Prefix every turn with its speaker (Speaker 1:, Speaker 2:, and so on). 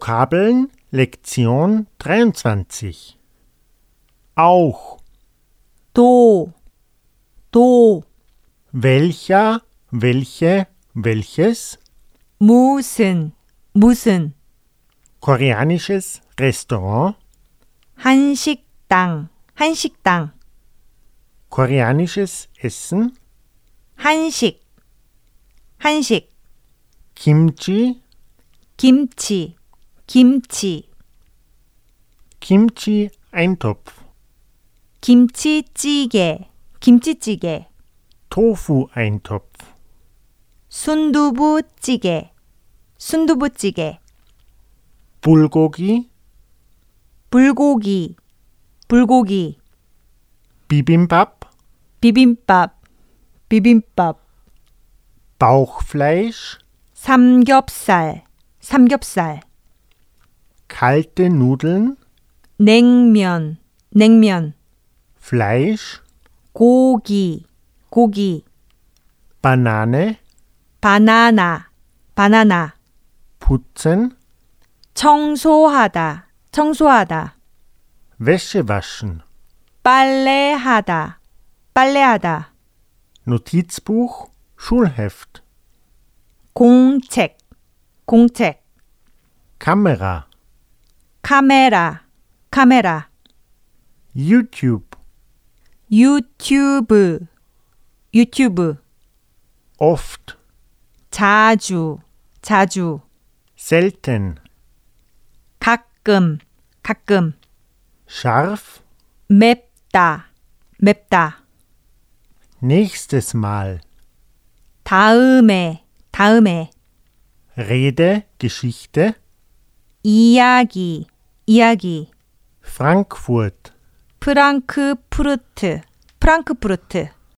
Speaker 1: Vokabeln Lektion 23 Auch
Speaker 2: 도, 도,
Speaker 1: welcher, welche, welches
Speaker 2: 무슨, 무슨,
Speaker 1: koreanisches Restaurant,
Speaker 2: 한식당, 한식당,
Speaker 1: koreanisches Essen,
Speaker 2: 한식, 한식,
Speaker 1: Kimchi,
Speaker 2: 김치, 김치,
Speaker 1: Kimchi Eintopf,
Speaker 2: 김치찌개, 김치찌개,
Speaker 1: Tofu Eintopf,
Speaker 2: 순두부찌개, 순두부찌개,
Speaker 1: Bulgogi,
Speaker 2: 불고기, 불고기,
Speaker 1: Bibimbap,
Speaker 2: 비빔밥, 비빔밥,
Speaker 1: Bauchfleisch,
Speaker 2: 삼겹살, 삼겹살,
Speaker 1: kalte Nudeln,
Speaker 2: 냉면, 냉면,
Speaker 1: Fleisch,
Speaker 2: 고기, 고기,
Speaker 1: Banane,
Speaker 2: 바나나, 바나나,
Speaker 1: putzen,
Speaker 2: 청소하다, 청소하다,
Speaker 1: Wäsche waschen,
Speaker 2: 빨래하다, 빨래하다,
Speaker 1: Notizbuch, Schulheft,
Speaker 2: 공책, 공책,
Speaker 1: Kamera,
Speaker 2: 카메라, 카메라,
Speaker 1: YouTube,
Speaker 2: 유튜브, 유튜브,
Speaker 1: oft,
Speaker 2: 자주, 자주,
Speaker 1: selten,
Speaker 2: 가끔, 가끔,
Speaker 1: scharf,
Speaker 2: 맵다, 맵다,
Speaker 1: nächstes Mal,
Speaker 2: 다음에, 다음에,
Speaker 1: Rede, Geschichte,
Speaker 2: 이야기, 이야기.
Speaker 1: Frankfurt.
Speaker 2: 프랑크푸르트, 프랑크푸르트.